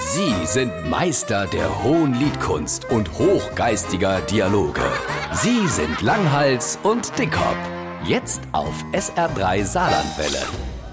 Sie sind Meister der hohen Liedkunst und hochgeistiger Dialoge. Sie sind Langhals und Dickhop. Jetzt auf SR3 Saarlandwelle.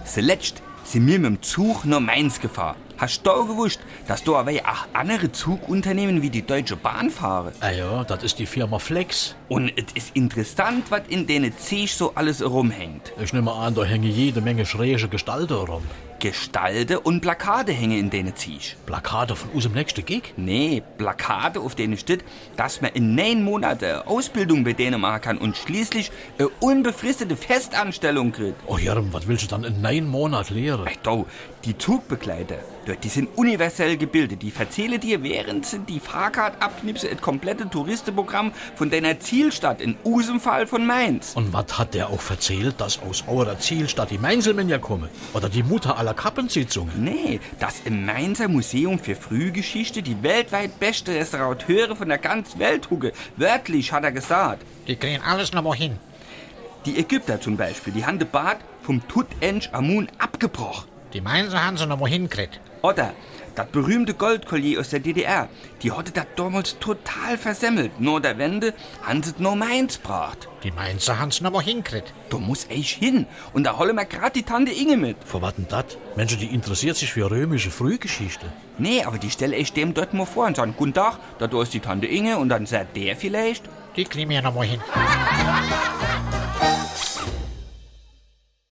Zuletzt sind wir mit dem Zug nach Mainz gefahren. Hast du auch gewusst, dass da aber auch andere Zugunternehmen wie die Deutsche Bahn fahren? Ah ja, das ist die Firma Flex. Und es ist interessant, was in denen Zeich so alles rumhängt. Ich nehme an, da hängen jede Menge schräge Gestalten rum. Gestalte und Plakate hängen in denen Zeich. Plakate von unserem nächsten Gig? Nee, Plakate, auf denen steht, dass man in neun Monaten eine Ausbildung bei denen machen kann und schließlich eine unbefristete Festanstellung kriegt. Oh Jerm, was willst du dann in neun Monaten lehren? Ey, do, die Zugbegleiter, do, die sind universell gebildet. Die erzählen dir, während sie die Fahrkarte abknipsen, das komplette Touristenprogramm von deiner Zielstadt, in unserem Fall von Mainz. Und was hat der auch erzählt, dass aus eurer Zielstadt die Mainzelmänner kommen? Oder die Mutter aller Kappensitzungen? Nee, das im Mainzer Museum für Frühgeschichte die weltweit beste Restaurateure von der ganzen Welt hucke. Wörtlich hat er gesagt. Die kriegen alles noch mal hin. Die Ägypter zum Beispiel, die haben den Bart vom Tutanchamun abgebrochen. Die Mainzer haben sie noch mal hinkriegt. Oder das berühmte Goldkollier aus der DDR, die hatte das damals total versemmelt. Nur der Wende haben sie es nur Mainz gebracht. Die Mainzer haben sie noch mal hinkriegt. Da muss ich hin und da holen wir grad die Tante Inge mit. Für was denn das? Menschen, die interessiert sich für römische Frühgeschichte. Nee, aber die stelle ich dem dort mal vor und sagen, guten Tag, da ist die Tante Inge und dann sagt der vielleicht. Die kriegen wir noch mal hin.